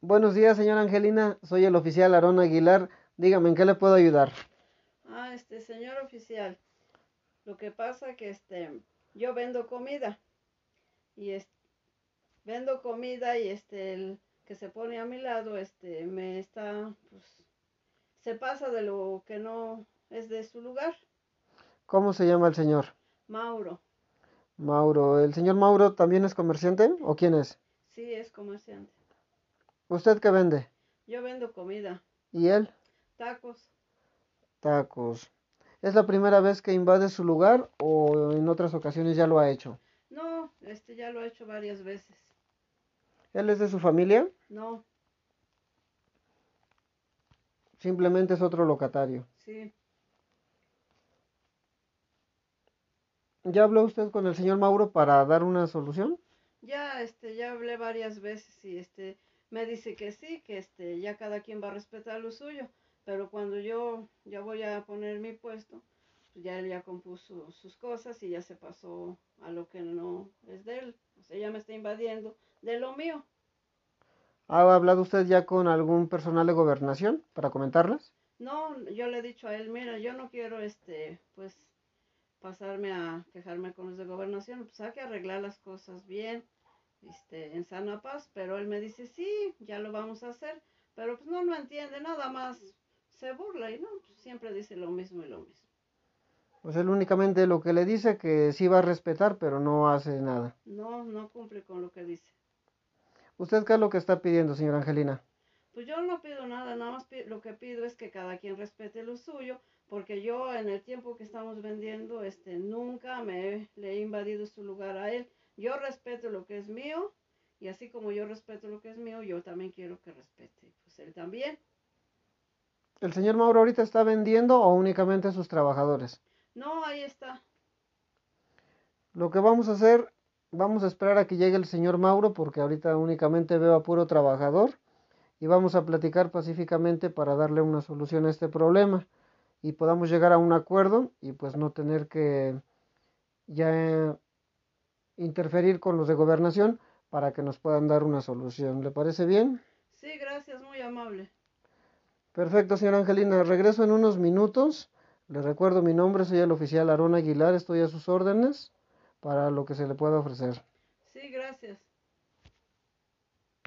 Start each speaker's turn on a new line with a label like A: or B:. A: Buenos días, señora Angelina. Soy el oficial Aarón Aguilar. Dígame, ¿en qué le puedo ayudar?
B: Ah, este, señor oficial, lo que pasa que este, yo vendo comida y es- vendo comida y este, el que se pone a mi lado, este, me está, pues, se pasa de lo que no es de su lugar,
A: ¿Cómo se llama el señor?
B: Mauro.
A: Mauro. ¿El señor Mauro también es comerciante o quién es?
B: Sí, es comerciante.
A: ¿Usted qué vende?
B: Yo vendo comida,
A: ¿Y él?
B: tacos.
A: Tacos. ¿Es la primera vez que invade su lugar o en otras ocasiones ya lo ha hecho?
B: No, este, ya lo he hecho varias veces.
A: ¿Él es de su familia?
B: No,
A: Simplemente es otro locatario.
B: sí,
A: ¿Ya habló usted con el señor Mauro para dar una solución?
B: ya, este, ya hablé varias veces y este, me dice que sí, que este, ya cada quien va a respetar lo suyo, pero cuando yo ya voy a poner mi puesto, pues ya él ya compuso sus cosas y ya se pasó a lo que no es de él, o sea, ya me está invadiendo de lo mío.
A: ¿Ha hablado usted ya con algún personal de gobernación para comentarles?
B: No, yo le he dicho a él, mira, yo no quiero, este, pues, pasarme a quejarme con los de gobernación, pues hay que arreglar las cosas bien, este, en sana paz, pero él me dice, sí, ya lo vamos a hacer, pero pues no, no entiende, nada más se burla y no, pues, siempre dice lo mismo y lo mismo.
A: Pues él únicamente lo que le dice que sí va a respetar, pero no hace nada.
B: No, no cumple con lo que dice.
A: ¿Usted qué es lo que está pidiendo, señora Angelina?
B: Pues yo no pido nada, nada más pi- lo que pido es que cada quien respete lo suyo, porque yo en el tiempo que estamos vendiendo, este, nunca me he- le he invadido su lugar a él. Yo respeto lo que es mío y así como yo respeto lo que es mío, yo también quiero que respete, pues él también.
A: ¿El señor Mauro ahorita está vendiendo o únicamente sus trabajadores?
B: No, ahí está.
A: Lo que vamos a hacer, vamos a esperar a que llegue el señor Mauro porque ahorita únicamente veo a puro trabajador y vamos a platicar pacíficamente para darle una solución a este problema y podamos llegar a un acuerdo y pues no tener que ya interferir con los de gobernación para que nos puedan dar una solución. ¿Le parece bien?
B: Sí, gracias, muy amable.
A: Perfecto, señora Angelina. Regreso en unos minutos. Le recuerdo mi nombre, soy el oficial Aarón Aguilar, estoy a sus órdenes para lo que se le pueda ofrecer.
B: Sí, gracias.